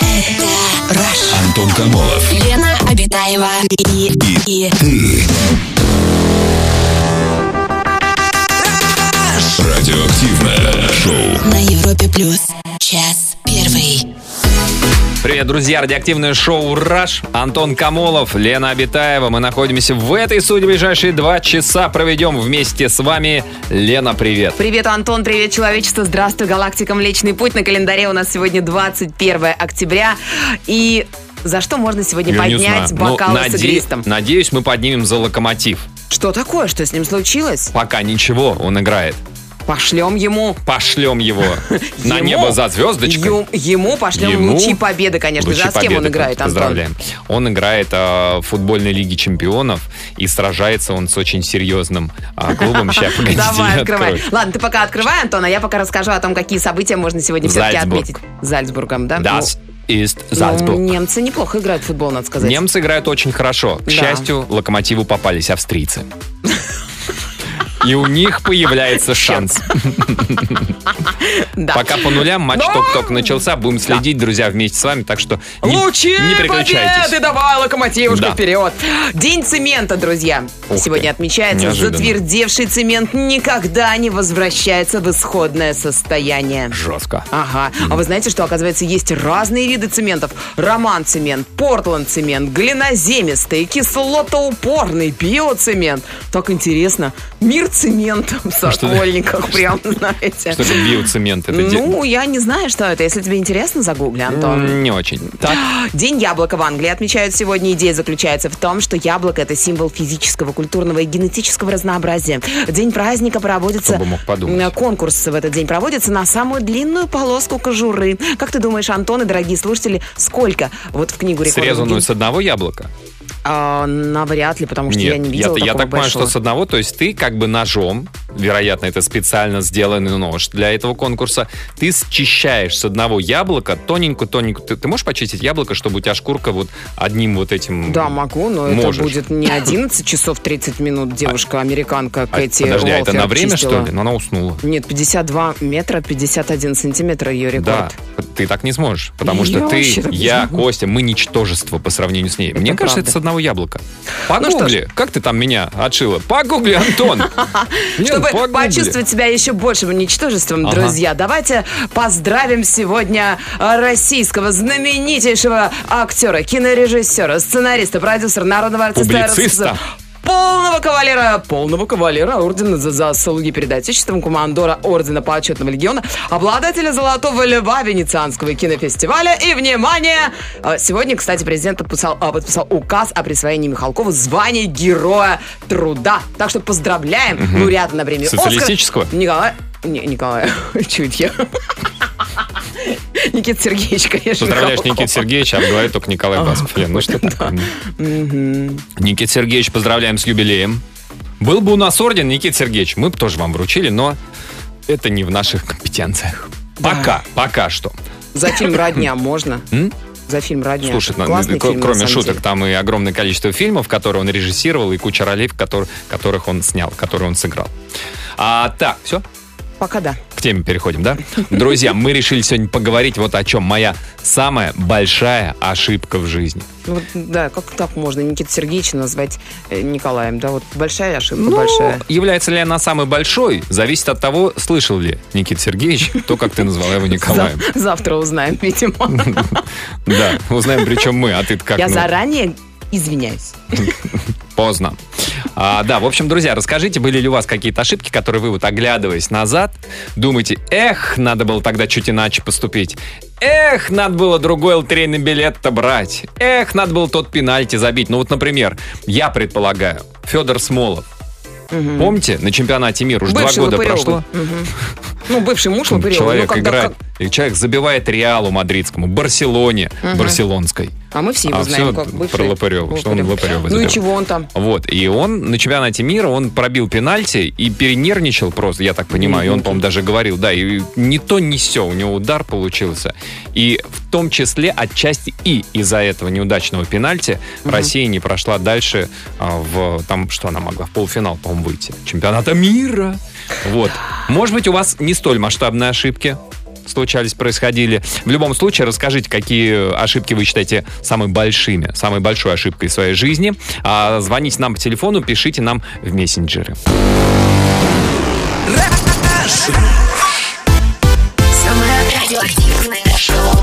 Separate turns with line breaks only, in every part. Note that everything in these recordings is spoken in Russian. Это Rush.
Антон Камолов.
Лена Обитаева и, и,
Ты. Радиоактивное шоу.
на Европе плюс час первый.
Привет, друзья! Радиоактивное шоу «Раш». Антон Камолов, Лена Абитаева. Мы находимся в этой студии. Ближайшие два часа проведем вместе с вами. Лена, привет!
Привет, Антон, привет, человечество. Здравствуй, галактика Млечный Путь. На календаре у нас сегодня 21 октября. И за что можно сегодня
Я не
поднять
знаю. Ну,
бокалы
наде-
с игристом?
Надеюсь, мы поднимем за локомотив.
Что такое? Что с ним случилось?
Пока ничего, он играет.
Пошлем ему...
Пошлем его на
Ему?
небо за звездочкой.
Ю- ему пошлем
Ему?
лучи победы, конечно
Лучи
же. А с кем
победы,
он играет, Антон?
Поздравляем. Он играет а, в футбольной лиге чемпионов и сражается он с очень серьезным а, клубом. Сейчас, погодите,
Давай,
я
открывай.
открою.
Ладно, ты пока открывай, Антон, а я пока расскажу о том, какие события можно сегодня все-таки
Зальцбург.
отметить. Зальцбургом, да?
Das ist
Ну,
Salzburg.
ну, немцы неплохо играют в футбол, надо сказать.
Немцы играют очень хорошо. К
Да.
счастью, локомотиву попались австрийцы. И у них появляется шанс.
Да.
Пока по нулям матч
Но-
только-только начался. Будем следить, друзья, вместе с вами. Так что не,
Лучи
не
победы!
переключайтесь.
Давай, локомотивушка,
Да.
вперед! День цемента, друзья.
Ух ты.
Сегодня отмечается.
Неожиданно.
Затвердевший цемент никогда не возвращается в исходное состояние.
Жестко.
Ага. А вы знаете, что, оказывается, есть разные виды цементов. Роман-цемент, портланд-цемент, глиноземистый, кислотоупорный, биоцемент. Так интересно. Мир цемента в Сокольниках, прям, знаете.
Что это биоцемент? Это де-
Ну, я не знаю, что это. Если тебе интересно, загугли, Антон.
М, Не очень. Так,
День яблока в Англии отмечают сегодня. Идея заключается в том, что яблоко – это символ физического, культурного и генетического разнообразия. В День праздника проводится...
Кто бы мог подумать.
э, Конкурс в этот день проводится на самую длинную полоску кожуры. Как ты думаешь, Антон и дорогие слушатели, сколько? Вот в книгу рекордов...
срезанную
Гин-
с одного яблока?
А, навряд ли, потому что я не видела
я,
такого
так понимаю,
большого.
что с одного, то есть ты как бы ножом, вероятно, это специально сделанный нож для этого конкурса, ты счищаешь с одного яблока тоненько-тоненько. Ты, ты можешь почистить яблоко, чтобы у тебя шкурка вот одним вот этим... А,
Да, могу, но
Можешь.
это будет не 11 часов 30 минут девушка-американка
А,
Кэти
Подожди, а это
Уолфер
на время,
чистила.
что ли? Но она уснула.
Нет, 52 метра 51 сантиметра ее рекорд.
Да, ты так не сможешь, потому
Я
что ты,
вообще так не
я,
смогу.
Костя, мы ничтожество по сравнению с ней. Мне кажется,
правда.
это с одного яблока.
Ну что
Погугли, как ты там меня отшила? Погугли, Антон! Лен,
Чтобы
погугли.
почувствовать себя еще большим ничтожеством,
Ага.
друзья, давайте поздравим сегодня а, российского знаменитейшего актера, кинорежиссера, сценариста, продюсера, народного артиста.
Публициста.
рас- Полного кавалера, полного кавалера Ордена за заслуги перед Отечеством, командора Ордена Почетного Легиона, обладателя Золотого Льва Венецианского кинофестиваля. И, внимание, а, сегодня, кстати, президент подписал, а, подписал указ о присвоении Михалкову звания Героя Труда. Так что поздравляем лауреата на премию «Оскар».
Социалистического?
Николая... Не, Николая, чуть я. Никита Сергеевич, конечно.
Поздравляешь
Михалков.
Никита Сергеевича, а говорит только Николай Басков. Лен, ну что такое? Никит Сергеевич, поздравляем с юбилеем. Был бы у нас орден, Никит Сергеевич, мы бы тоже вам вручили, но это не в наших компетенциях. Пока, пока что.
За фильм «Родня» можно?
М?
За фильм «Родня».
Слушай, на-
Классный
кро-
фильм, на
кроме
самом
шуток,
деле.
там и огромное количество фильмов, которые он режиссировал, и куча ролей, в котор- которых он снял, которые он сыграл. А, так, все?
Пока да.
к теме переходим, да? Друзья, мы решили сегодня поговорить вот о чем. Моя самая большая ошибка в жизни.
Ну, вот, да, как так можно Никита Сергеевича назвать э, Николаем? Да, вот большая ошибка, большая.
является ли она самой большой, зависит от того, слышал ли Никита Сергеевич то, как ты назвала его Николаем.
Зав- завтра узнаем, видимо.
Да, узнаем, причем мы, а ты как?
Я
ну,
заранее извиняюсь.
Поздно. А, да, в общем, друзья, расскажите, были ли у вас какие-то ошибки, которые вы, вот оглядываясь назад, думаете, эх, надо было тогда чуть иначе поступить. Эх, надо было другой лотерейный билет-то брать. Эх, надо было тот пенальти забить. Ну вот, например, я предполагаю, Федор Смолов. Помните, на чемпионате мира уже два года
Лопырёвый.
прошло?
Мгм. Ну, бывший муж Лопырёвый.
Человек
Ну, когда-
играет,
как-
и человек забивает Реалу мадридскому, Барселоне, барселонской.
А мы все
А
его знаем,
всё
как бывший.
про Лопырёва, что он
Лопырёв.
Лопырёва
Ну и
забил.
чего он там?
Вот, и он на чемпионате мира, он пробил пенальти и перенервничал просто, я так понимаю, и он, по-моему, даже говорил, да, и не то, не все, у него удар получился. И в том числе отчасти и из-за этого неудачного пенальти Россия не прошла дальше а, в, там, что она могла, в полуфинал, по-моему, выйти, чемпионата мира. Вот. Может быть, у вас не столь масштабные ошибки, случались, происходили. В любом случае, расскажите, какие ошибки вы считаете самыми большими, самой большой ошибкой в своей жизни. А, звоните нам по телефону, пишите нам в мессенджеры.
Самое радиоактивное шоу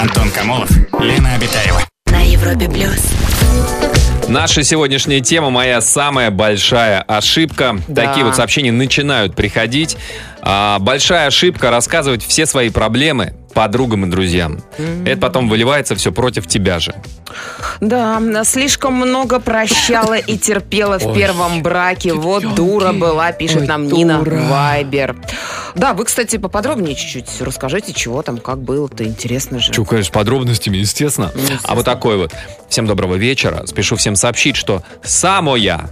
Антон Камолов, Лена Обитаева.
на Европе плюс.
Наша сегодняшняя тема моя самая большая ошибка.
Да.
Такие вот сообщения начинают приходить. А, большая ошибка рассказывать все свои проблемы подругам и друзьям. Это потом выливается все против тебя же.
Да, слишком много прощала и терпела в первом браке. Вот дура была, пишет нам Нина Вайбер. Да, вы, кстати, поподробнее чуть-чуть расскажите, чего там, как было-то, интересно же.
Чё, конечно, подробностями, естественно.
Ну,
А вот такой вот. Всем доброго вечера. Спешу всем сообщить, что самая,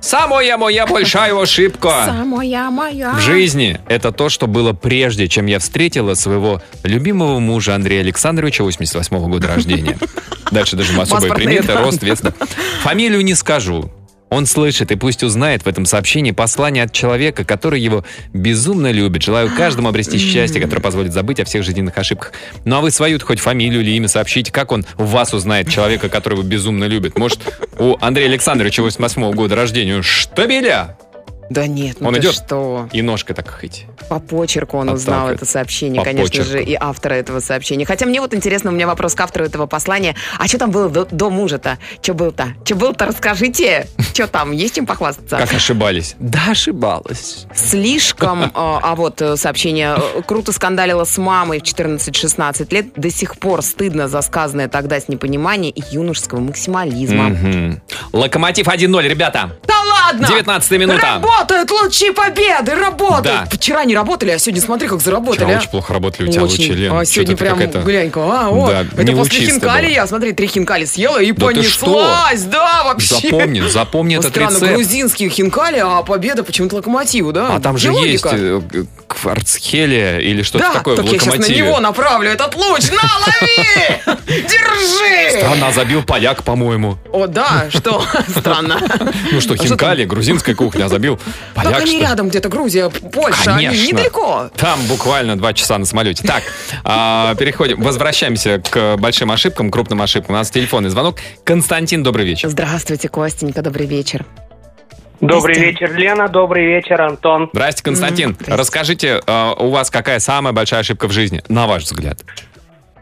самая моя большая ошибка
Самая моя.
А. в жизни – это то, что было прежде, чем я встретила своего любимого мужа Андрея Александровича, 88 года рождения. Дальше даже особые
Паспортные
приметы,
данные.
рост, вес. да. Фамилию не скажу. Он слышит и пусть узнает в этом сообщении послание от человека, который его безумно любит. Желаю каждому обрести счастье, которое позволит забыть о всех жизненных ошибках. Ну а вы свою хоть фамилию или имя сообщите, как он в вас узнает человека, которого безумно любит. Может, у Андрея Александровича 88 года рождения штабеля?
Да нет, ну
Он
ты
идет?
что?
И ножкой так хыть.
По почерку он
Вот
узнал
так
это
вот.
сообщение,
По
конечно
почерку.
же, и автора этого сообщения. Хотя мне вот интересно, у меня вопрос к автору этого послания. А что там было до, до мужа-то? Что было-то? Что было-то? Расскажите. Что там? Есть чем похвастаться?
Как ошибались? Да, ошибалась.
Слишком, э, а вот э, сообщение, э, круто скандалила с мамой в 14-16 лет, до сих пор стыдно за сказанное тогда с непонимания и юношеского максимализма.
Мгм. Локомотив 1-0, ребята.
Да ладно!
19 минута.
Работают лучшие победы, работают!
Да.
Вчера не работали, а сегодня смотри, как заработали.
Вчера
а.
очень плохо работали у тебя
Очень.
лучи, Лен.
А
Чё
сегодня
ты
прям
какая-то-
глянь-ка, а, о,
Да,
это
не
после
лучисто
хинкали
было.
я, смотри, три хинкали съела и
Да ты
понеслась, да, вообще.
Запомни, запомни
Ну,
этот
странно,
рецепт.
грузинские хинкали, а победа почему-то локомотиву, да?
А там же
Где
есть
логика?
э, э, кварцхелия или что-то
да,
такое
так
в
я сейчас на
локомотиве.
него направлю этот луч. На, лови! Держи!
Она забил поляк, по-моему.
О, да, что? Странно.
Ну что,
А там?
хинкали, грузинская кухня, а забил
Как
поляк,
они
что ли?
рядом где-то, Грузия, Польша, они
Конечно.
недалеко.
Там буквально два часа на самолете. Так, а, переходим, возвращаемся к большим ошибкам, крупным ошибкам. У нас телефонный звонок. Константин, добрый вечер.
Здравствуйте, Костенька, добрый вечер.
Добрый
Здрасте.
вечер, Лена. Добрый вечер, Антон.
Здрасте, Константин.
Здрасте.
Расскажите, а, у вас какая самая большая ошибка в жизни, на ваш взгляд?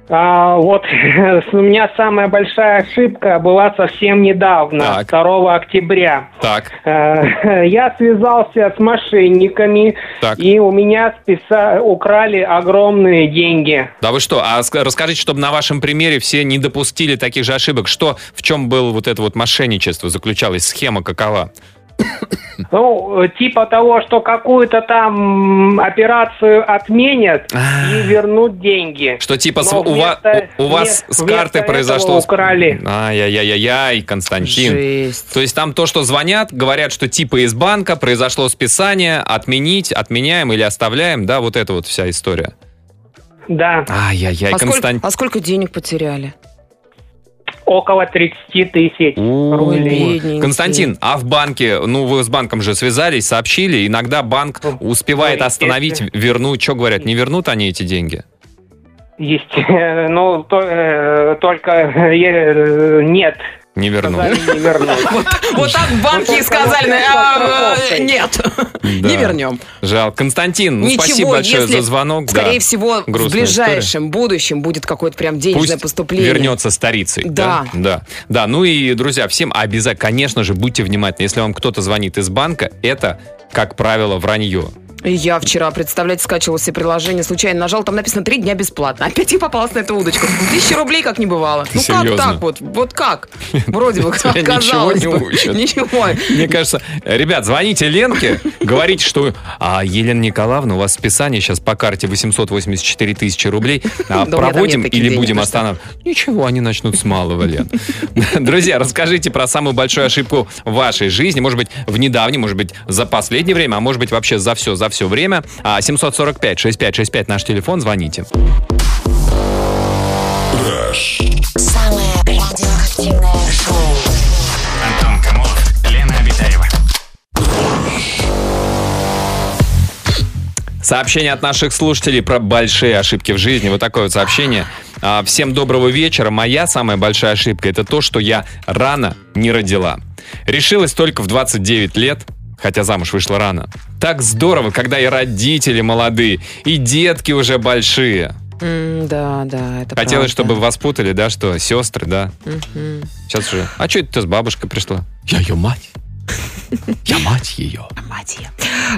А, вот у меня самая большая ошибка была совсем недавно,
Так.
2 октября.
Так,
Э, Я связался с мошенниками,
Так.
и у меня списа- украли огромные деньги.
да вы что, а ска- расскажите, чтобы на вашем примере все не допустили таких же ошибок. Что, в чем было вот это вот мошенничество заключалось, схема какова?
Ну, э, типа того, что какую-то там м, операцию отменят
А.
и вернут деньги.
Что типа с-
Но
у, ва-
вместо-
у- у вас
вместо-
с карты
вместо
произошло...
этого украли.
Ай-яй-яй-яй, Константин.
Жесть.
То есть там то, что звонят, говорят, что типа из банка произошло списание, отменить, отменяем или оставляем, да, вот эта вот вся история.
Да,
Ай-яй-яй,
А сколько,
Константин.
а сколько денег потеряли?
около 30 тысяч.
Ой, бедненький.
Константин, а в банке, ну вы с банком же связались, сообщили, иногда банк
Ну,
успевает
ну,
остановить,
естественно.
вернуть, что говорят, не вернут они эти деньги?
Есть, э, ну, то- э, только э, э, нет.
Не вернут.
Сказали, не вернут.
Вот так банки и
только
сказали,
вот
«А,
это
э,
страховкой.
нет,
Да.
не вернем.
Жалко. Константин, ну
Ничего,
спасибо большое
если,
за звонок. да.
Скорее всего, в
Грустная
ближайшем будущем будет какое-то прям денежное
Пусть
поступление.
вернется старицей.
Да.
да. Да. Да. Ну и, друзья, всем обязательно, конечно же, будьте внимательны. Если вам кто-то звонит из банка, это, как правило, вранье.
И Я вчера, представляете, скачивала себе приложение, случайно нажала, там написано «три дня бесплатно». Опять я попалась на эту удочку. Тысяча рублей как не бывало. Ну как
Серьезно?
так вот? Вот как? Вроде бы,
Тебя ничего
оказалось
не
бы.
учат.
Ничего.
Мне кажется, ребят, звоните Ленке, говорите, что а, Елена Николаевна, у вас списание сейчас по карте 884 тысячи рублей. А,
Да у меня там
проводим
нет таких
или
денег,
будем
ну что?
останавливать? Ничего, они начнут с малого, Лен. Друзья, расскажите про самую большую ошибку в вашей жизни. Может быть, в недавнем, может быть, за последнее время, а может быть, вообще за все, за все время. А, 745-6565 наш телефон, звоните.
Самое радиоактивное шоу.
Антон Камолов, Лена Обитаева.
Сообщение от наших слушателей про большие ошибки в жизни. Вот такое вот сообщение. А, Всем доброго вечера. Моя самая большая ошибка – это то, что я рано не родила. Решилась только в 29 лет, хотя замуж вышла рано. Так здорово, когда и родители молодые, и детки уже большие.
М, Да, да, это
Хотелось, чтобы
правда.
вас путали, да, что сестры, да.
Мгм.
Сейчас уже. А что это ты с бабушкой пришла? Я ее мать. Я мать ее.
Мать её.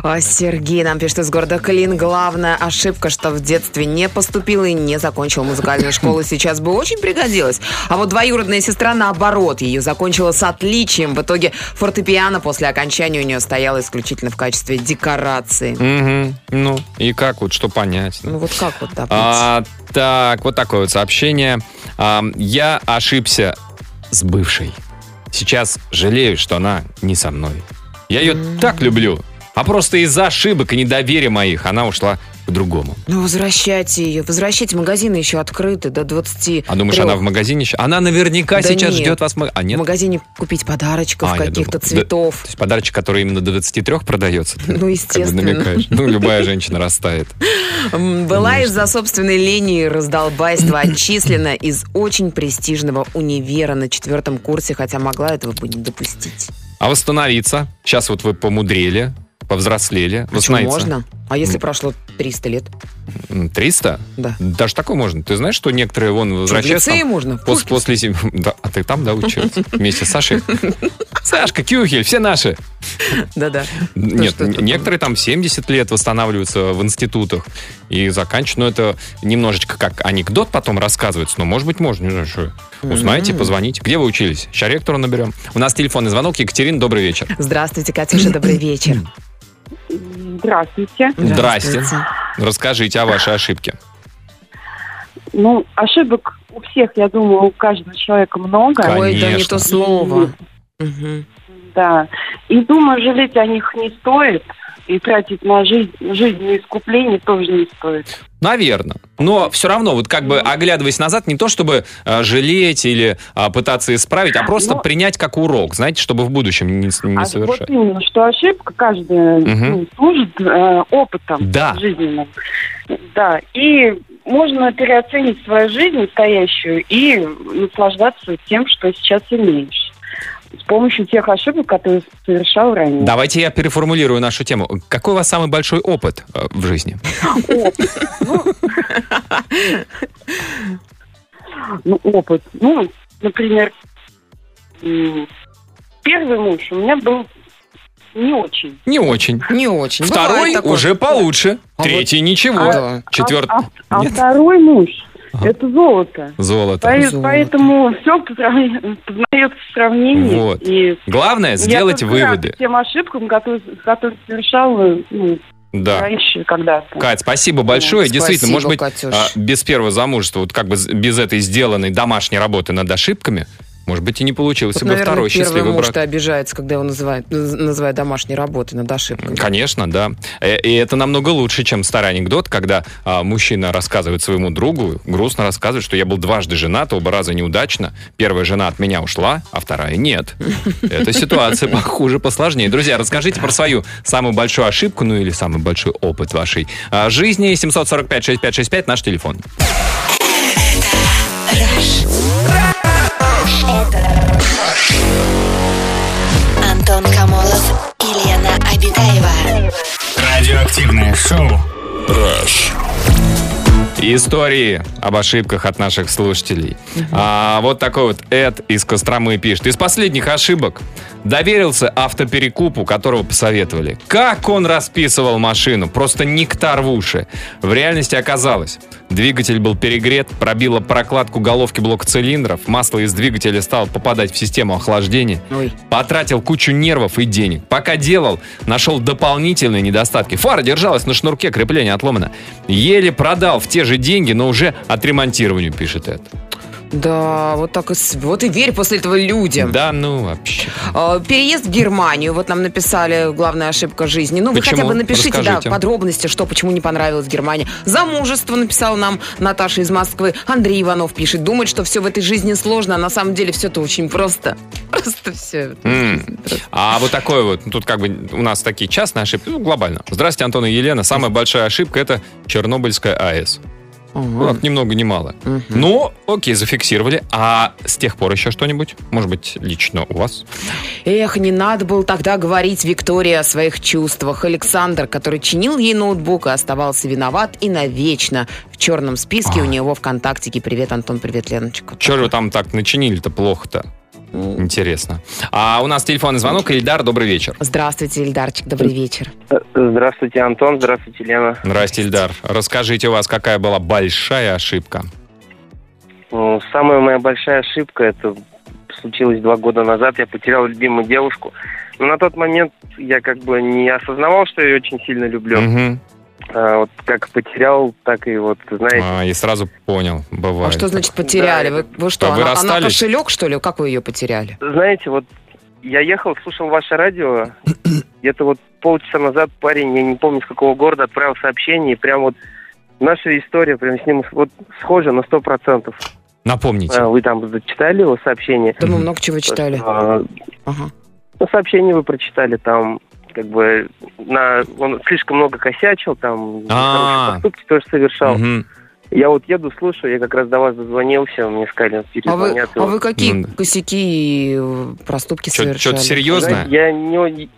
А, Сергей нам пишет из города Клин. Главная ошибка, что в детстве не поступила и не закончила музыкальную школу, сейчас бы очень пригодилась. А вот двоюродная сестра, наоборот, ее закончила с отличием. В итоге фортепиано после окончания у нее стояло исключительно в качестве декорации.
Угу. Ну, и как вот, что понять?
Ну вот как вот так? вот?
А, так, вот такое вот сообщение. А, я ошибся с бывшей. Сейчас жалею, что она не со мной. Я ее так люблю. А просто из-за ошибок и недоверия моих она ушла к другому.
Ну возвращайте ее, возвращайте, магазины еще открыты до 20.
А думаешь, она в магазине еще? Она наверняка
Да
сейчас
нет.
ждет вас. в маг- А
в
нет?
магазине купить подарочков,
А, я
каких-то
думал, да.
цветов.
То есть подарочек, который именно до 23 продается? ты
Ну,
как бы
естественно.
намекаешь. Ну, любая женщина растает.
М, Была из-за собственной линии раздолбайства отчислена из очень престижного универа на четвертом курсе, хотя могла этого бы не допустить.
А восстановиться? Сейчас вот вы помудрели, повзрослели.
А что,
Восстановиться?
можно? А если
М.
прошло 300 лет?
М, 300?
Да.
Даже такое можно. Ты знаешь, что некоторые вон
Что, в
возвращаются...
лицее
там
можно? В
пос-
Пушкинском?
После, сем- Да, а ты там, да, учился? Вместе с Сашей? Сашка, Кюхель, все наши.
Да-да.
Нет,
что
н-
это?
некоторые там 70 лет восстанавливаются в институтах и заканчивают. Но это немножечко как анекдот потом рассказывается. Но, может быть, можно, не знаю, что. Узнаете, позвоните. Где вы учились? Сейчас ректора наберем. У нас телефонный звонок. Екатерин, добрый вечер.
Здравствуйте, Катюша, добрый вечер.
Здравствуйте.
Здрасте.
Здравствуйте.
Расскажите о вашей ошибке.
Ну, ошибок у всех, я думаю, у каждого человека много.
Конечно.
Ой, да не то слово. Мгм.
Да. И думаю, жалеть о них не стоит. И тратить на жизнь, жизнь на искупление тоже не стоит.
Наверное. Но все равно, вот как бы оглядываясь назад, не то чтобы э, жалеть или э, пытаться исправить, а просто
Ну.
принять как урок, знаете, чтобы в будущем не, с- не
а
совершать.
вот именно, что ошибка каждая ну, служит э, опытом
Да.
жизненным. Да. И можно переоценить свою жизнь настоящую и наслаждаться тем, что сейчас имеешь. С помощью тех ошибок, которые совершал ранее.
Давайте я переформулирую нашу тему. Какой у вас самый большой опыт э, в жизни?
Опыт. Ну, Ну, опыт. Ну, например, м, первый муж у меня был не очень. А
Не очень.
Не очень.
Второй
Бывает такое.
уже получше.
А
Третий ничего.
Да.
Четвертый.
А, а
Нет.
второй муж
Ага.
это золото.
Золото.
Пое-
Золото.
Поэтому все познается в сравнении.
Вот.
И
Главное сделать
я только рада
выводы.
Тем ошибкам, которые, которые совершал ну,
Да.
раньше когда-то.
Кать, спасибо большое.
Спасибо,
Действительно, может быть,
Катюш.
а, без первого замужества, вот как бы з- без этой сделанной домашней работы над ошибками, может быть, и не получилось
Вот,
бы
наверное,
второй
первый
счастливый брак.
муж-то обижается, когда его называют, наз- называют домашней работой над ошибками.
Конечно, да. Э, И это намного лучше, чем старый анекдот, когда а, мужчина рассказывает своему другу, грустно рассказывает, что я был дважды женат, оба раза неудачно. Первая жена от меня ушла, а вторая нет. Эта ситуация похуже, посложнее. Друзья, расскажите про свою самую большую ошибку, ну или самый большой опыт вашей а, жизни. 745-6565, наш телефон.
Антон Камолов и Лена Обитаева.
Радиоактивное шоу.
Истории об ошибках от наших слушателей. А, вот такой вот Эд из Костромы пишет. Из последних ошибок доверился автоперекупу, которого посоветовали. Как он расписывал машину, просто нектар в уши. В реальности оказалось, двигатель был перегрет, пробило прокладку головки блока цилиндров, масло из двигателя стало попадать в систему охлаждения.
Ой.
Потратил кучу нервов и денег. Пока делал, нашел дополнительные недостатки. Фара держалась на шнурке, крепление отломано. Еле продал в те же деньги, но уже отремонтированию, пишет это.
Да, вот так и... с- Вот и верь после этого людям.
Да ну вообще.
А, Переезд в Германию. Вот нам написали главная ошибка жизни. Ну,
Почему?
вы хотя бы напишите,
Расскажите.
да, подробности, что, почему не понравилось Германия. Замужество написал нам Наташа из Москвы. Андрей Иванов пишет. Думает, что все в этой жизни сложно, а на самом деле все это очень просто. Просто все.
М. А вот такое вот, ну, тут как бы у нас такие частные ошибки, ну, глобально. Здравствуйте, Антон и Елена. Самая большая ошибка это Чернобыльская АЭС. Ну, это ни много ни мало. Ну, окей, зафиксировали. А с тех пор еще что-нибудь? Может быть, лично у вас?
Эх, не надо было тогда говорить Виктории о своих чувствах. Александр, который чинил ей ноутбук, и оставался виноват и навечно. В черном списке у него ВКонтактике. Привет, Антон, привет, Леночка.
Че же вы там так начинили-то плохо-то? Интересно. А у нас телефонный звонок. Ильдар, добрый вечер.
Здравствуйте, Ильдарчик, добрый вечер. А
Здравствуйте, Антон. Здравствуйте, Лена.
Здрасте, Ильдар. Расскажите у вас, какая была большая ошибка?
Ну, Самая моя большая ошибка, это случилось два года назад, я потерял любимую девушку. Но на тот момент я как бы не осознавал, что я ее очень сильно люблю.
Мгм.
А вот как потерял, так и вот, знаете,
А, и сразу понял,
А
бывает.
что значит потеряли?
Да,
Вы, вы что,
Что, вы
она, она
расстались?
кошелек, что ли? Как вы ее потеряли?
знаете, вот я ехал, слушал ваше радио, где-то вот полчаса назад парень, я не помню с какого города, отправил сообщение, и прям вот наша история прям с ним вот схожа на сто процентов.
Напомните.
А, Вы там зачитали его сообщение?
Да мы много чего Типа. читали.
А,
Ага.
Ну, сообщение вы прочитали там, как бы, на, он слишком много косячил, там,
А.
нехорошие поступки тоже совершал.
Мгм.
Я вот еду, слушаю, я как раз до вас дозвонился, мне сказали,
А вы,
перезвонят.
а вы какие
Ну да.
косяки и э, проступки
Чё-
совершали?
Чё-то
Вот,
серьезное?
знаете, Я не...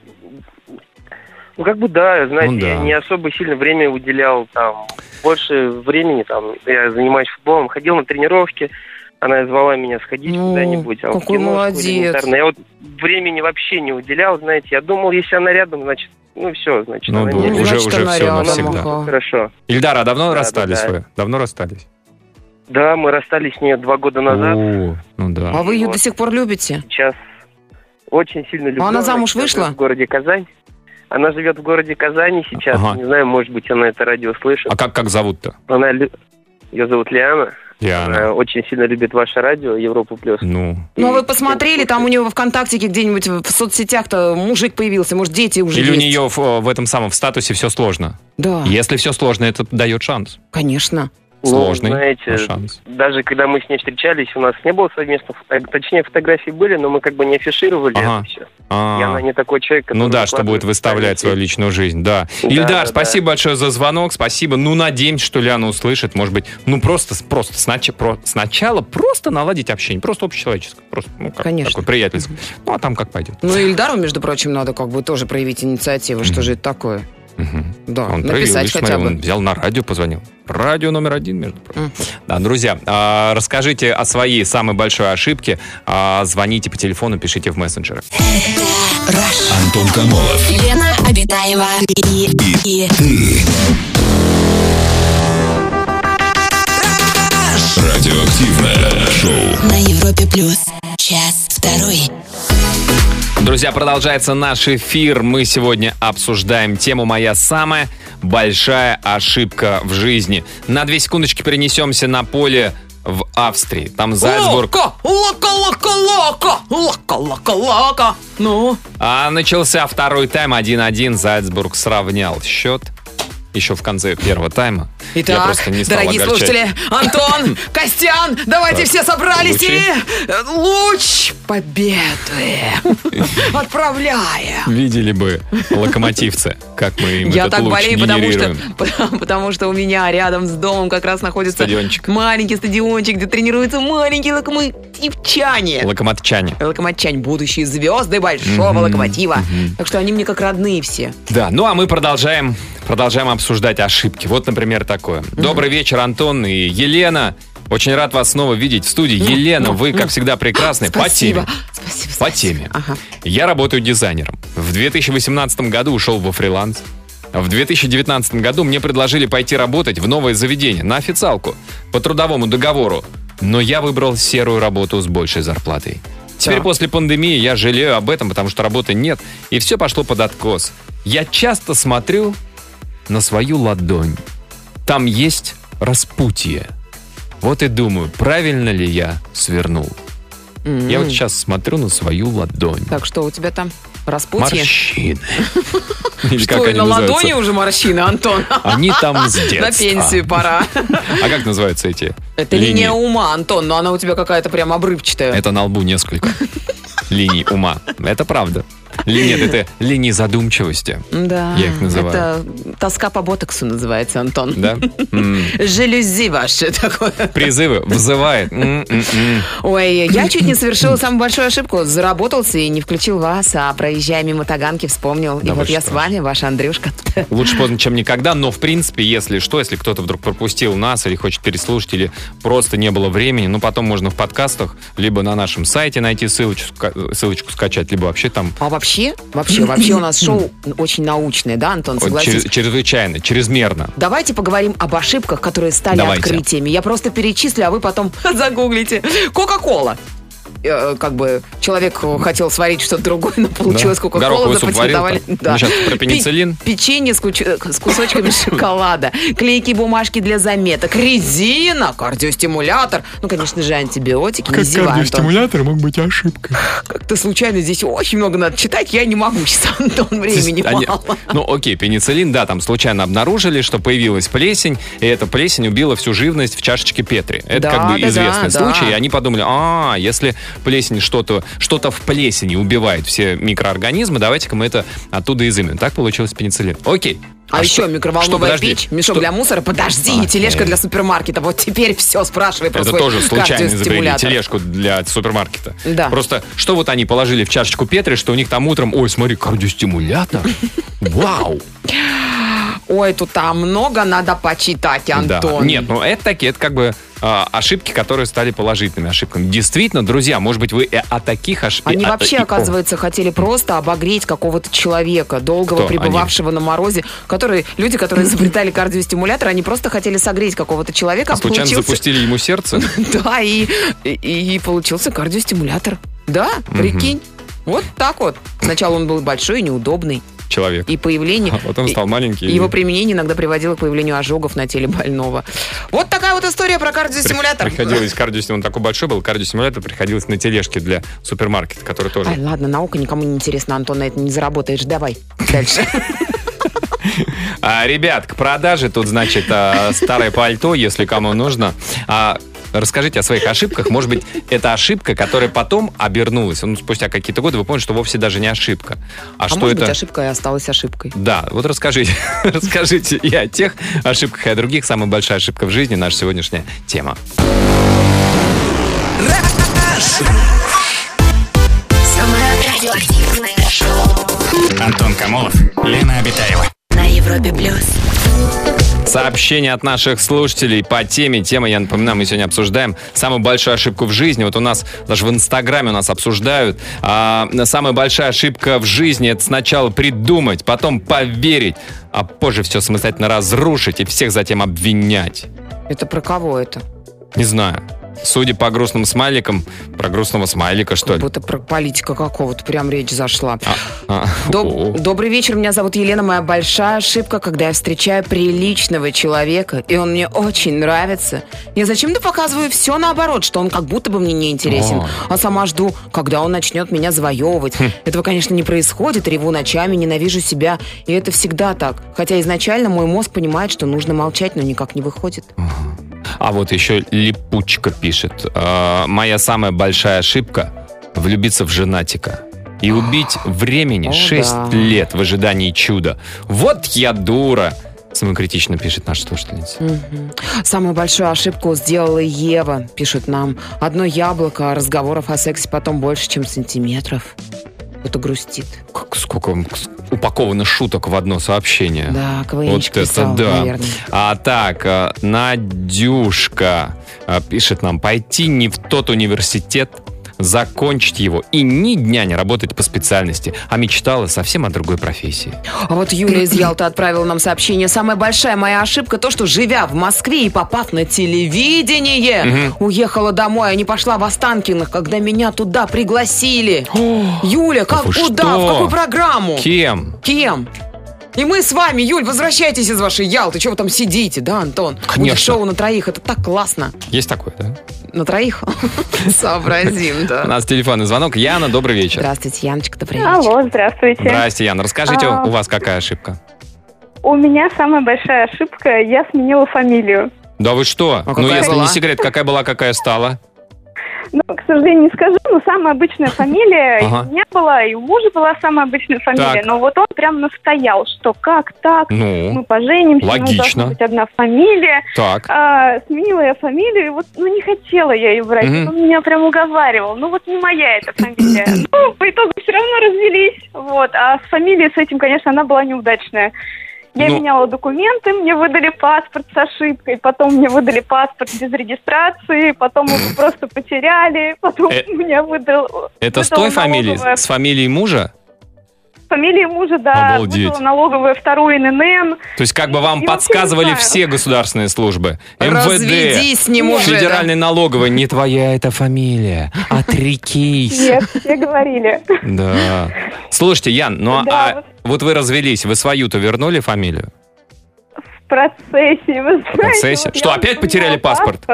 Ну, как бы да, знаете,
Ну, да.
я не особо сильно время уделял там. Больше времени там, я занимаюсь футболом, ходил на тренировки, она звала меня сходить
Ну,
куда-нибудь. а вот
какой
киношку
молодец.
элементарно. Я вот времени вообще не уделял, знаете. Я думал, если она рядом, значит, ну все, значит,
Ну,
она
да,
не-
уже-
значит,
уже
она
всё
рядом,
навсегда.
ага.
Хорошо.
Ильдар, а давно
Да,
расстались
да, да.
вы? Давно расстались?
Да, мы расстались с ней два года назад.
О, ну да.
А вы ее
Вот.
до сих пор любите?
Сейчас очень
Ну,
сильно люблю.
А она замуж
сейчас
вышла?
живет В городе Казань. Она живет в городе Казани сейчас.
Ага.
Не знаю, может быть, она это радио слышит.
А как, как зовут-то?
Она лю- ее зовут Лиана.
Диана.
Она очень сильно любит ваше радио Европа плюс.
Ну,
Ну, а
И
вы посмотрели, там у нее во ВКонтактике где-нибудь в соцсетях-то мужик появился, может, дети уже
или у
есть. А.
нее в, в этом самом в статусе все сложно?
Да,
Если все сложно, это дает шанс.
конечно.
Ну,
Сложный,
знаете,
но шанс.
даже когда мы с ней встречались, у нас не было совместных, фото- э, точнее фотографии были, но мы как бы не афишировали
Ага.
это все.
А,
И она не такой человек, который
ну да, что будет
выкладывает
выставлять свою
социальные
личную жизнь, да.
Да,
Ильдар,
да,
спасибо большое за звонок, спасибо. Ну, надеемся, что Лиана услышит, может быть, ну просто, просто снач- про- сначала просто наладить общение, просто общечеловеческое, просто, ну, как,
Конечно.
такое приятельское. Ну, а там как пойдет.
Ну, и Ильдару, между прочим, надо как бы тоже проявить инициативу, что же это такое?
Мгм.
Да,
А, Он проявил,
написать
видишь,
хотя
смотри,
бы.
Он взял на радио, позвонил. Радио номер один, между прочим.
Мгм.
Да, друзья, а, расскажите о своей самой большой ошибке. А, Звоните по телефону, пишите в мессенджеры.
Антон Камолов.
Лена Обитаева и, и
Радиоактивное шоу.
на Европе плюс час второй.
Друзья, продолжается наш эфир. Мы сегодня обсуждаем тему «Моя самая большая ошибка в жизни». На две секундочки перенесемся на поле в Австрии. Там Зальцбург.
Локо, локо, локо, локо, локо, локо, локо. Ну,
А начался второй тайм 1-1. Зальцбург сравнял счет еще в конце первого тайма. Я
итак,
просто не стал
дорогие
огорчать.
слушатели, Антон, Костян, давайте
Так,
все собрались
лучи.
и э, луч победы отправляем.
Видели бы локомотивцы, как мы им
Я
этот
так
луч
болею, потому что,
генерируем.
потому- потому что у меня рядом с домом как раз находится
Стадиончик.
маленький стадиончик, где тренируются маленькие локомотивчане.
Локомотчане.
Локомотчане, будущие звезды большого локомотива. Так что они мне как родные все.
Да, ну а мы продолжаем, продолжаем обсуждать ошибки. Вот, например, такое. Добрый вечер, Антон и Елена. Очень рад вас снова видеть в студии. Елена, вы, как всегда, прекрасны. По
Спасибо.
теме.
Спасибо.
По
спасибо.
теме.
Ага.
Я работаю дизайнером. В 2018 году ушел во фриланс. В 2019 году мне предложили пойти работать в новое заведение на официалку по трудовому договору. Но я выбрал серую работу с большей зарплатой. Теперь
Так.
после пандемии я жалею об этом, потому что работы нет, и все пошло под откос. Я часто смотрю на свою ладонь. Там есть распутье. Вот и думаю, правильно ли я свернул.
М.
Я вот сейчас смотрю на свою ладонь.
Так, что у тебя там? Распутье?
Морщины. Или
Что,
как
и
они
на ладони
называются?
уже морщины, Антон?
Они там с детства.
На пенсию пора.
А как называются эти?
Это
линии?
линия ума, Антон, но она у тебя какая-то прям обрывчатая.
Это на лбу несколько линий ума. Это правда. Ли- Нет, это линии задумчивости.
Да.
Я их называю.
Это тоска по ботоксу называется, Антон.
Да? М.
Жалюзи ваши такое.
Призывы вызывает. М, м, м.
Ой, я чуть не совершила самую большую ошибку. Заработался и не включил вас, а проезжая мимо Таганки вспомнил. И
Да
вот
вы
я
что?
с вами, ваша Андрюшка.
Лучше поздно, чем никогда, но в принципе, если что, если кто-то вдруг пропустил нас или хочет переслушать, или просто не было времени, ну потом можно в подкастах, либо на нашем сайте найти ссылочку, ска- ссылочку скачать, либо вообще там
А вообще, вообще, вообще у нас шоу очень научное, да, Антон,
о,
согласись?
чрез- чрезвычайно, чрезмерно.
Давайте поговорим об ошибках, которые стали
Давайте.
открытиями. Я просто перечислю, а вы потом загуглите. Кока-кола. Э, Как бы человек хотел сварить что-то другое, но получилось
Да.
Кока-кола,
Гороховый суп варил
запатентовали.
там. Ну, щас про пенициллин.
Пе- Печенье с, куч- э, с кусочками шоколада, клейкие бумажки для заметок, резина, кардиостимулятор. Ну, конечно же, антибиотики. не зевай, Антон.
мог быть ошибкой.
Как-то случайно здесь очень много надо читать, я не могу сейчас, Антон, времени
Здесь они-
мало.
Ну, окей, пенициллин, да, там случайно обнаружили, что появилась плесень, и эта плесень убила всю живность в чашечке Петри. Это
Да,
как бы
да, да,
известный
да.
случай, и они подумали, а, если плесень что-то, что-то в плесени убивает все микроорганизмы, давайте-ка мы это оттуда изымем. Так получилось пенициллин. Окей.
А, еще
что- что,
микроволновая
подожди,
печь, мешок
что-
для мусора, подожди,
А,
и тележка
э.
для супермаркета. Вот теперь все, спрашивай про
Это
свой
тоже случайно изобрели
кардиостимулятор.
тележку для супермаркета.
Да.
Просто что вот они положили в чашечку Петри, что у них там утром, ой, смотри, кардиостимулятор. Вау!
Ой, тут там много надо почитать,
Да.
Антон.
Нет, ну это такие, это как бы а, ошибки, которые стали положительными ошибками. Действительно, друзья, может быть, вы и а, о таких ошибках...
Они вообще, оказывается, хотели просто обогреть какого-то человека, долгого
Кто они?
пребывавшего на морозе. Которые, люди, которые изобретали кардиостимулятор, они просто хотели согреть какого-то человека. а
Случайно
получился-
запустили ему сердце.
Да, и, и, и получился кардиостимулятор. Да, прикинь. Вот так вот. Сначала он был большой и неудобный.
Человек.
И появление...
А потом
и-
стал маленький.
Его применение иногда приводило к появлению ожогов на теле больного. Вот такая вот история про кардиостимулятор.
Приходилось кардиостимулятор, он такой большой был, кардиостимулятор приходилось на тележке для супермаркета, который тоже...
Ай, ладно, наука никому не интересна, Антон, на это не заработаешь. Давай дальше.
А, ребят, к продаже тут, значит, а, старое пальто, если кому нужно. А, Расскажите о своих ошибках. Может быть, это ошибка, которая потом обернулась. Ну, спустя какие-то годы вы поняли, что вовсе даже не ошибка. А,
А
что
может
это?
быть, ошибка и осталась ошибкой.
Да, вот расскажите, расскажите и о тех ошибках, и о других. Самая большая ошибка в жизни наша сегодняшняя тема.
Самое радиоактивное шоу
Антон Камолов, Лена Обитаева.
на Европе плюс.
Сообщение от наших слушателей по теме. Тема, я напоминаю, мы сегодня обсуждаем самую большую ошибку в жизни. Вот у нас даже в Инстаграме у нас обсуждают. А, самая большая ошибка в жизни это сначала придумать, потом поверить, а позже все самостоятельно разрушить и всех затем обвинять.
Это про кого это?
Не знаю. Судя по грустным смайликам, про грустного смайлика, что
Как
ли?
будто про политика какого-то прям речь зашла.
А,
Доб-
о.
Добрый вечер, меня зовут Елена. Моя большая ошибка, когда я встречаю приличного человека, и он мне очень нравится. Я зачем-то показываю все наоборот, что он как будто бы мне не интересен,
Ой.
а сама жду, когда он начнет меня завоевывать. Этого, конечно, не происходит. Реву ночами, ненавижу себя, и это всегда так. Хотя изначально мой мозг понимает, что нужно молчать, но никак не выходит.
А вот еще Липучка пишет. «Э, Моя самая большая ошибка – влюбиться в женатика. И убить времени
О,
6
да.
лет в ожидании чуда. Вот я дура! Самокритично пишет наша слушательница.
Мгм. Самую большую ошибку сделала Ева, пишет нам. Одно яблоко, а разговоров о сексе потом больше, чем сантиметров. Это грустит.
Как- сколько вам с- упаковано шуток в одно сообщение.
Да,
Вот
КВНчик
это
писал,
да.
наверное.
А так, э, Надюшка э, пишет нам, пойти не в тот университет, закончить его и ни дня не работать по специальности, а мечтала совсем о другой профессии.
А вот Юлия из Ялты отправила нам сообщение. Самая большая моя ошибка то, что живя в Москве и попав на телевидение, уехала домой, а не пошла в Останкиных, когда меня туда пригласили. Юля, как
вы
куда?
что?
В какую программу?
Кем?
Кем? И мы с вами, Юль, возвращайтесь из вашей Ялты. Чего вы там сидите, да, Антон? Будет
Конечно.
шоу на троих, это так классно.
Есть такое, да?
На троих? Сообразим,
У
да.
нас телефонный звонок. Яна, добрый вечер.
Здравствуйте, Яночка, добрый вечер.
Алло, здравствуйте.
Здрасте, Яна. Расскажите,
А.
у вас какая ошибка?
У меня самая большая ошибка, я сменила фамилию.
Да вы что?
А
ну,
какая
если
была?
не секрет, какая была, какая стала?
Ну, к сожалению, не скажу, но самая обычная фамилия и
Ага.
у меня была, и у мужа была самая обычная фамилия.
Так.
Но вот он прям настоял, что как так, мы
Ну,
поженимся, у нас
логично.
должна быть одна фамилия.
так.
А, сменила я фамилию, и вот, ну, не хотела я ее брать.
Мгм.
Он меня прям уговаривал. Ну, вот не моя эта фамилия. Ну, по итогу все равно развелись. Вот. А с фамилией с этим, конечно, она была неудачная. Я
Ну.
меняла документы, мне выдали паспорт с ошибкой, потом мне выдали паспорт без регистрации, потом его просто потеряли, потом
Э,
меня выдал...
Это с
выдала
той фамилией?
налоговая.
С фамилией мужа?
Фамилии мужа, да,
Обалдеть.
выдала налоговая вторую ННН.
То есть как бы вам
Я вообще не
подсказывали
знаю.
все государственные службы? МВД,
Разведись с ним уже. да.
Федеральный налоговый. Не твоя это фамилия. Отрекись.
Нет, все говорили.
Да. Слушайте, Ян, ну а-
Да,
а
вот.
вот вы развелись, вы свою-то вернули фамилию?
В процессе, вы знаете.
процессе?
вот
Что,
я
опять
поменяла
потеряли паспорт?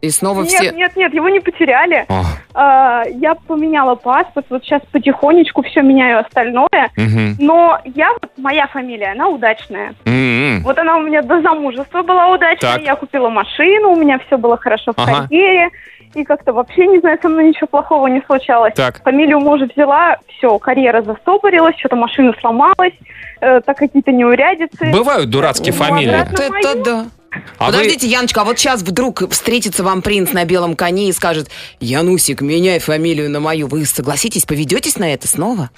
И снова
Нет,
все...
нет, нет, его не потеряли.
О,
А, Я поменяла паспорт, вот сейчас потихонечку все меняю остальное.
мгм.
Но я, вот моя фамилия, она удачная.
М-м.
Вот она у меня до замужества была удачная.
Так.
Я купила машину, у меня все было хорошо в
Ага.
карьере. И как-то вообще, не знаю, со мной ничего плохого не случалось.
Так,
Фамилию мужа взяла, все, карьера застопорилась, что-то машина сломалась, э, так какие-то неурядицы.
бывают дурацкие
Ну,
фамилии.
обратно.
Вот это да.
А вы...
Подождите, Яночка, а вот сейчас вдруг встретится вам принц на белом коне и скажет, Янусик, меняй фамилию на мою. Вы согласитесь, поведетесь на это снова?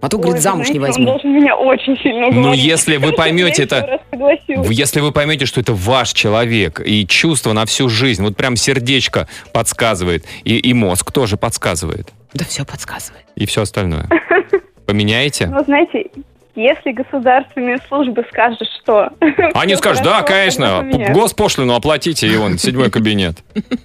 А то,
Ой,
говорит,
вы
замуж не
знаете,
возьму.
Он должен меня очень сильно
Ну,
уговорить.
если вы поймете
Я ещё
это...
раз согласилась.
Если вы поймете, что это ваш человек, и чувство на всю жизнь, вот прям сердечко подсказывает, и, и мозг тоже подсказывает,
Да все подсказывает.
и все остальное. Поменяете?
Ну, знаете, если государственные службы скажут, что...
Они
Ну, всё
скажут, А да,
хорошо,
конечно,
тогда поменяю».
госпошлину оплатите, и он, седьмой кабинет,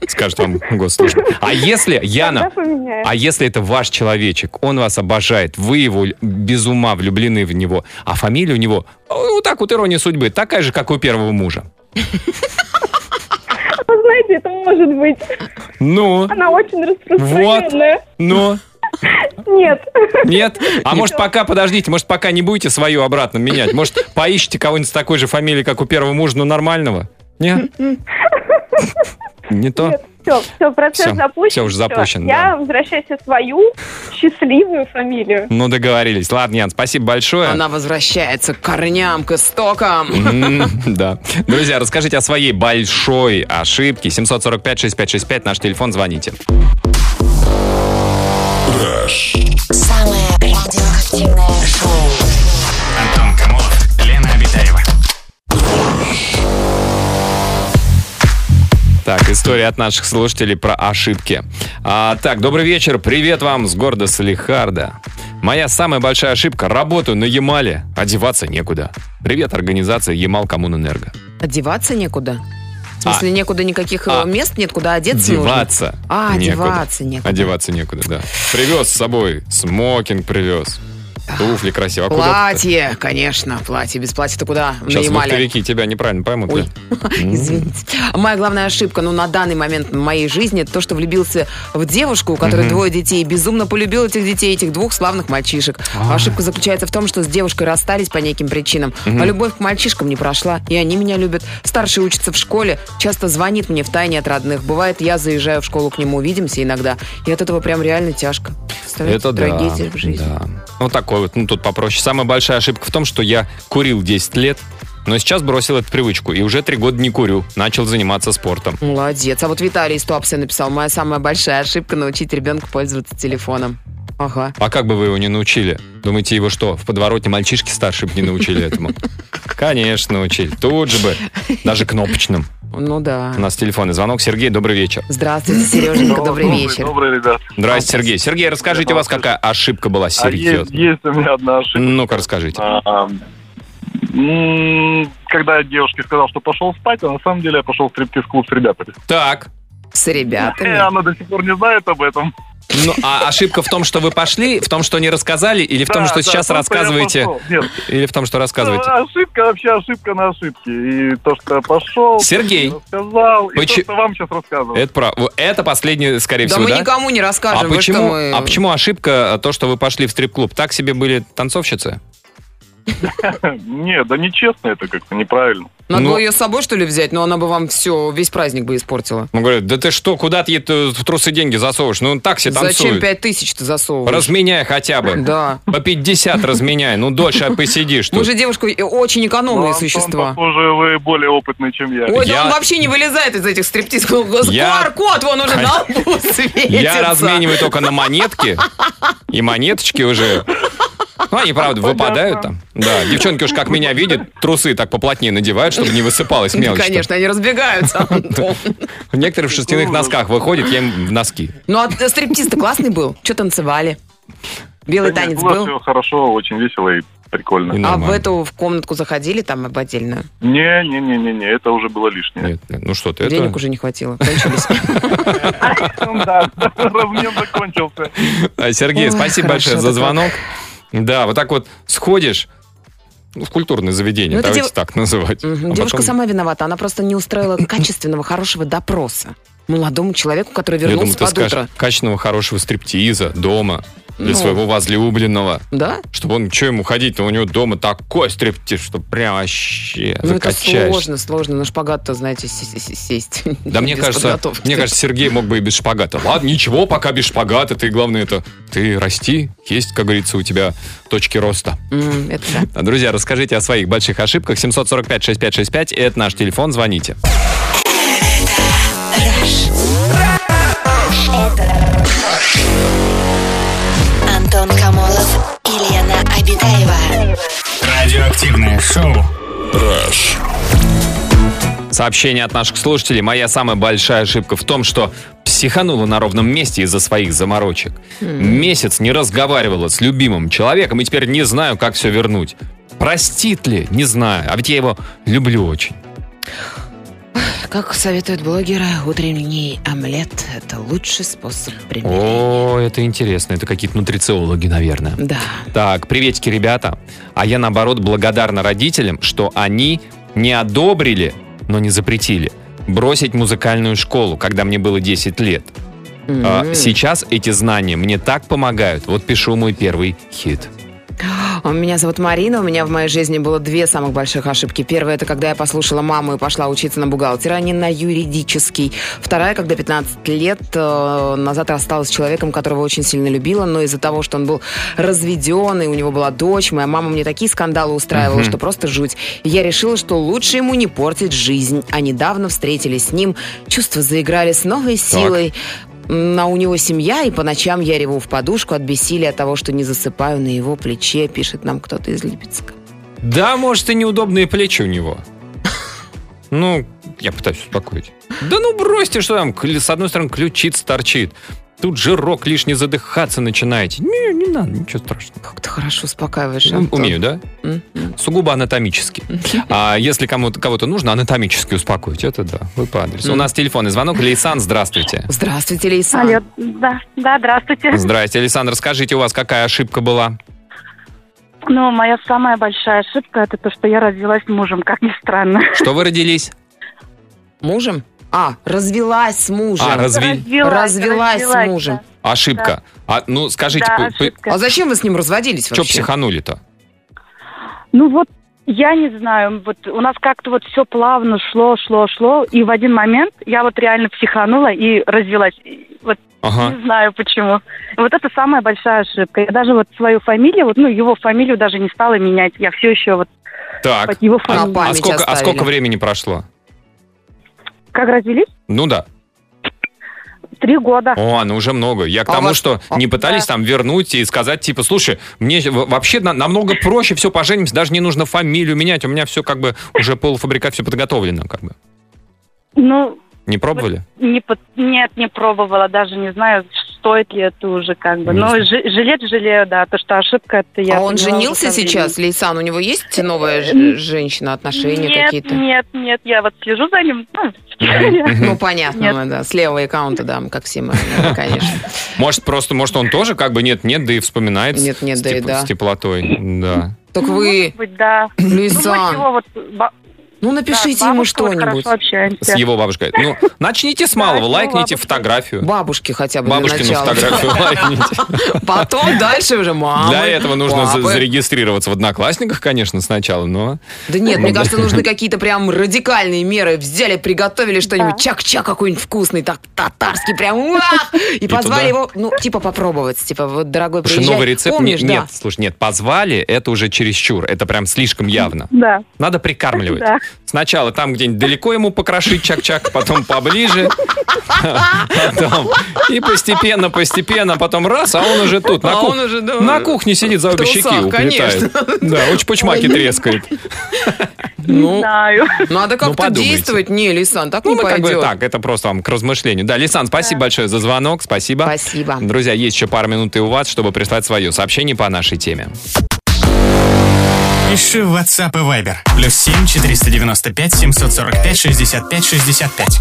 скажет вам госслужба. А если,
Тогда
Яна,
поменяю.
а если это ваш человечек, он вас обожает, вы его л- без ума влюблены в него, а фамилия у него, э, вот так вот ирония судьбы, такая же, как у первого мужа.
Вы знаете, это может быть.
Ну,
Она очень распространенная.
ну,
Нет.
нет? А может, пока, подождите, может, пока не будете свою обратно менять? Может, поищите кого-нибудь с такой же фамилией, как у первого мужа, но нормального? Нет? Не то?
Все, все, процесс
Всё,
запущен.
всё уже
всё.
запущен, да.
Я возвращаюсь в свою счастливую фамилию.
Ну, договорились. Ладно, Ян, спасибо большое.
Она возвращается к корням, к истокам.
М, Да. Друзья, расскажите о своей большой ошибке. 745-6565, наш телефон, звоните.
Самое радиоактивное шоу.
Антон Камолов, Лена Обитаева.
Так, история от наших слушателей про ошибки. А, так, добрый вечер, привет вам с города Салихарда. Моя самая большая ошибка – работаю на Ямале, одеваться некуда. Привет, организация Ямал Коммунэнерго.
Одеваться некуда. В смысле, некуда никаких э,
А.
мест нет, куда одеться нужно?
Одеваться
А,
некуда.
одеваться некуда.
Одеваться некуда, да. Привез с собой, смокинг привез, туфли красиво. А куда ты?
Платье, конечно, платье. Без платья-то куда?
Сейчас
Наимали.
махтовики тебя неправильно поймут.
Ой.
да? Ну.
Извините. Моя главная ошибка, ну, на данный момент в моей жизни, это то, что влюбился в девушку, у которой двое детей, и безумно полюбил этих детей, этих двух славных мальчишек. А Ошибка заключается в том, что с девушкой расстались по неким причинам, а любовь к мальчишкам не прошла, и они меня любят. Старший учится в школе, часто звонит мне в тайне от родных. Бывает, я заезжаю в школу к нему, увидимся иногда, и от этого прям реально тяжко. Представляете,
Это да,
трагедия в жизни.
да. Ну, такой вот, ну, тут попроще. Самая большая ошибка в том, что я курил 10 лет, но сейчас бросил эту привычку и уже три года не курю. Начал заниматься спортом.
Молодец. А вот Виталий из Туапсе написал, моя самая большая ошибка научить ребенка пользоваться телефоном. Ага.
А как бы вы его не научили? Думаете, его что, в подворотне мальчишки старше бы не научили этому? Конечно, научили. Тут же бы. Даже кнопочным.
Ну да.
У нас телефонный звонок. Сергей, добрый вечер.
Здравствуйте, Сереженька, добрый
Добрый,
вечер.
Добрый, ребят.
Здрасте, Сергей. Сергей, расскажите, у вас какая ошибка была
А есть,
серьезная?
есть у меня одна ошибка.
Ну-ка, расскажите.
А, м, Когда я девушке сказал, что пошел спать, а на самом деле я пошел в стриптиз-клуб с ребятами. Э,
Так,
С
И
ребятами.
она до сих пор не знает об этом.
Ну, а ошибка в том, что вы пошли, в том, что не рассказали, или в том,
Да,
что
да,
сейчас
просто я
рассказываете,
пошел. Нет.
или в том, что рассказываете?
Ну, Ошибка вообще ошибка на ошибке. И то, что я пошел,
Сергей.
рассказал, и
Почи-
то, что вам сейчас рассказывал.
Это прав. Это последнее, скорее
Да
всего,
мы
да?
никому не расскажем.
а
вы э,
почему?
что, мы-
А почему ошибка а, то, что вы пошли в стрип-клуб? Так себе были танцовщицы?
Не, да нечестно это как-то, неправильно.
Надо
Ну.
было ее с собой, что ли, взять, но она бы вам все, весь праздник бы испортила.
Он говорит, Ну, да ты что, куда ты это в трусы деньги засовываешь? Ну, так все танцуют.
Зачем пять тысяч ты засовываешь?
Разменяй хотя бы.
Да.
По 50 разменяй, ну дольше посидишь
Мы
тут.
же девушка Ну, и очень экономные существа.
Похоже, вы более опытный, чем я.
Ой, да
Я-
он вообще не вылезает из этих стриптиз.
Я-
QR-код, вон уже на лбу светится.
Я размениваю только на монетки, и монеточки уже... Ну, они, правда, выпадают там. Да, девчонки уж как меня видят, трусы так поплотнее надевают, чтобы не высыпалась
Ну,
мелочь.
конечно, они разбегаются, Антон.
Некоторые в шерстяных носках выходят, я им в носки.
Ну, а стриптиз-то классный был. Что танцевали? Белый
Да нет,
танец
было
был?
всё хорошо, очень весело и
И
прикольно.
А в
нормально.
эту в комнатку заходили там об отдельно?
Не-не-не-не, это уже было лишнее.
Нет, нет, ну что ты, это...
Денег уже не хватило. Кончились.
Ну Да, размен закончился.
А, Сергей,
Ой,
спасибо
хорошо,
большое за
это
звонок. Да, вот так вот сходишь ну, в культурное заведение,
Ну, это
давайте
дев-
так называть.
Мгм.
А
Девушка
потом-
сама виновата. Она просто не устроила качественного, хорошего допроса молодому человеку, который
Я думаю,
вернулся
ты
под
скажешь,
утро.
качественного, хорошего стриптиза дома для
Ну.
своего возлюбленного.
Да?
Чтобы он, что ему ходить-то, у него дома такой стриптиз, что прям вообще
Ну, это
закачаешь.
сложно, сложно. На шпагат-то, знаете, се- се- се- сесть.
Да мне
Без
кажется,
подготовки.
мне кажется, Сергей мог бы и без шпагата. Ладно, ничего, пока без шпагата. Ты, главное, это ты расти. Есть, как говорится, у тебя точки роста.
М, Это да.
А, Друзья, расскажите о своих больших ошибках. 745-6565, это наш телефон, звоните.
Антон Камолов и Лена Обитаева.
Радиоактивное шоу.
Сообщение от наших слушателей. Моя самая большая ошибка в том, что психанула на ровном месте из-за своих заморочек.
Хм.
Месяц не разговаривала с любимым человеком и теперь не знаю, как все вернуть. Простит ли? Не знаю. А ведь я его люблю очень.
Как советуют блогеры, утренний омлет – это лучший способ примирения.
О, это интересно. Это какие-то нутрициологи, наверное.
Да.
Так, приветики, ребята. А я, наоборот, благодарна родителям, что они не одобрили, но не запретили бросить музыкальную школу, когда мне было 10 лет. А,
М.
Сейчас эти знания мне так помогают. Вот пишу мой первый хит.
А, Меня зовут Марина. У меня в моей жизни было две самых больших ошибки. Первая – это когда я послушала маму и пошла учиться на бухгалтера, а не на юридический. Вторая – когда 15 лет э, назад рассталась с человеком, которого очень сильно любила, но из-за того, что он был разведен, и у него была дочь, моя мама мне такие скандалы устраивала,
Мгм.
что просто жуть. И я решила, что лучше ему не портить жизнь. А недавно встретились с ним, чувства заиграли с новой силой. М, А у него семья, и по ночам я реву в подушку от бессилия от того, что не засыпаю на его плече, пишет нам кто-то из Липецка.
Да, может, и неудобные плечи у него. Ну, я пытаюсь успокоить. Да ну бросьте, что там, кли- с одной стороны ключица торчит, тут жирок лишний задыхаться начинаете. Не, не надо, ничего страшного.
Как ты хорошо успокаиваешь,
Ну,
Антон.
Умею, да?
М.
Сугубо анатомически. А если кому-то кого-то нужно анатомически успокоить, это да, вы по адресу. У нас телефонный звонок. Лейсан, здравствуйте.
Здравствуйте, Лейсан.
Алло, да, да, здравствуйте.
Здрасте, Лейсан, расскажите, у вас какая ошибка была?
Ну, моя самая большая ошибка это то, что я родилась мужем, как ни странно.
Что вы родились?
Мужем? А, развелась с мужем.
А, разве...
Развелась с
развелась,
мужем.
Ошибка. А, ну, скажите,
Да,
п-
да,
п-
ошибка.
А зачем вы с ним разводились
Че
вообще?
психанули-то?
Ну вот, я не знаю, вот у нас как-то вот все плавно шло, шло, шло, и в один момент я вот реально психанула и развелась. И Вот
Ага.
не знаю почему. Вот это самая большая ошибка. Я даже вот свою фамилию, вот, ну, его фамилию даже не стала менять. Я все еще вот
Так.
под его
А,
На
фамилию.
а
память
сколько, а
оставили.
сколько времени прошло?
Как развелись?
Ну да.
Три года.
О, ну уже много. Я к
А
тому,
вас-
что не пытались там вернуть и сказать, типа, слушай, мне в- вообще на- намного проще все поженимся, даже не нужно фамилию менять, у меня все как бы уже полуфабрикат, все подготовлено как бы.
Ну,
Не пробовали?
не, под- нет, не пробовала, даже не знаю, стоит ли это уже как бы.
Не
Но
знаю.
жи- жалеть жалею, да, то, что ошибка это я.
А он
поняла
женился
уже там
сейчас, Лейсан? У него есть новая ж- женщина, отношения
э, нет,
какие-то?
Нет, нет, я вот слежу за ним. Ну,
Ну, понятно,
Нет.
да. С левого аккаунта, да, как все мы, конечно.
Может, просто, может, он тоже как бы нет-нет, да и вспоминает с-
Нет-нет,
с,
да и
теп-
да.
с теплотой. Да.
Так вы,
может быть, да.
Лейсан,
Ну, вот его вот ба-
ну напишите
да,
ему
бабушка вот
что-нибудь.
Хорошо общаемся.
С его бабушкой. Ну, начните с малого,
его
лайкните
бабушкой.
фотографию.
Бабушке хотя бы
Бабушкину
для начала.
фотографию лайкните.
Потом дальше уже мама.
Для этого нужно за- зарегистрироваться в Одноклассниках, конечно, сначала, но...
Да нет,
Ну,
мне кажется, нужны какие-то прям радикальные меры. Взяли, приготовили что-нибудь, чак-чак какой-нибудь вкусный, так татарский, прям уах! И
туда.
позвали его, ну, типа попробовать. Типа, вот, дорогой,
Потому
приезжай.
что новый рецепт...
Помнишь, да?
Нет, слушай, нет, позвали, это уже чересчур. Это прям слишком явно.
Да.
Надо прикармливать.
Да.
Сначала там где-нибудь далеко ему покрошить чак-чак, потом поближе. Потом. И постепенно, постепенно, потом раз, а он уже тут, на,
А
кух-
он уже, да,
на кухне сидит за
в
обе щеки,
трусах,
уплетает. Да, учпочмаки трескает.
Не
Ну,
знаю.
надо как-то
подумайте.
действовать. Не, Лисан, так
Ну,
не
мы как
пойдет.
бы так, это просто вам к размышлению. Да, Лисан, спасибо большое за звонок, спасибо.
Спасибо.
Друзья, есть еще пару минут и у вас, чтобы прислать свое сообщение по нашей теме.
Пиши в WhatsApp и Viber. Плюс 7 495 745 65 65.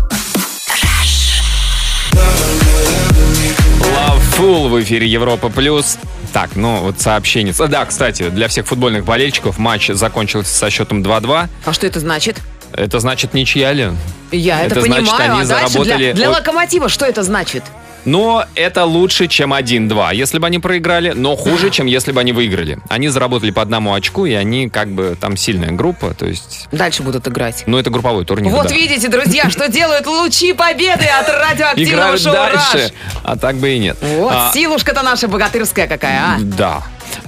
Love Fool А, в эфире Европа Плюс. Так, ну вот сообщение. А, Да, кстати, для всех футбольных болельщиков матч закончился со счетом 2-2.
А что это значит?
Это значит ничья ли?
Я это,
Это значит,
понимаю,
они
а дальше
заработали
для, для
от-
локомотива что это значит?
Но это лучше, чем 1-2, если бы они проиграли, но хуже, чем если бы они выиграли. Они заработали по одному очку, и они как бы там сильная группа, то есть...
Дальше будут играть.
Ну, это групповой турнир,
вот
да.
видите, друзья, что делают лучи победы от радиоактивного
Играют
шоу «Раш».
дальше, а так бы и нет.
Вот,
А,
силушка-то наша богатырская какая, а.
Да.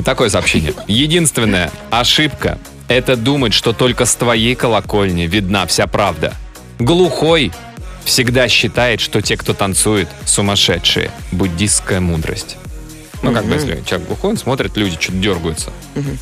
Такое сообщение. Единственная ошибка – это думать, что только с твоей колокольни видна вся правда. Глухой всегда считает, что те, кто танцует, сумасшедшие. Буддистская мудрость. Ну, как бы, если человек глухой, он смотрит, люди что-то дергаются.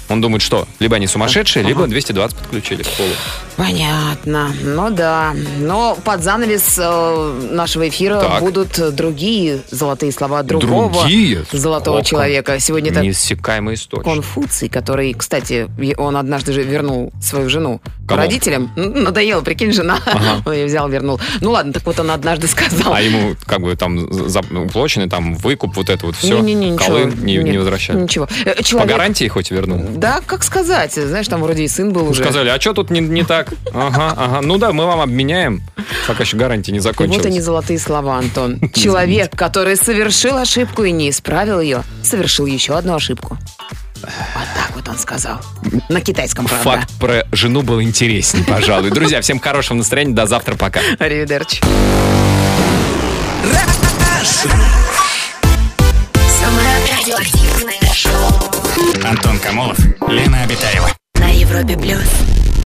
Он думает, что либо они сумасшедшие, либо 220 подключили к полу.
Понятно. Ну да. Но под занавес э, нашего эфира
Так.
будут э, другие золотые слова другого
Другие?
золотого
Сколько?
человека. Сегодня это
Неиссякаемый источник.
Конфуций, который, кстати, е- он однажды же вернул свою жену
Кому?
родителям. Н- Надоело, прикинь, жена.
Ага.
Он ее взял, вернул. Ну ладно, так вот он однажды сказал.
А ему как бы там за- уплоченный, там выкуп, вот это вот все.
Не-не-не, ничего.
Колым не, не
Нет,
возвращали.
Ничего. Э,
По
Человек...
гарантии хоть вернул?
Да, как сказать. Знаешь, там вроде и сын был уже.
Сказали, а что тут не, не так? Ага, ага. Ну да, мы вам обменяем, пока еще гарантия не закончилась.
Вот они золотые слова, Антон. Человек, который совершил ошибку и не исправил ее, совершил еще одну ошибку. Вот так вот он сказал. На китайском, правда.
Факт про жену был интереснее, пожалуй. Друзья, всем хорошего настроения. До завтра, пока.
Аривидерчи.
Самое радиоактивное шоу
Антон Камолов, Лена Обитаева.
на Европе плюс.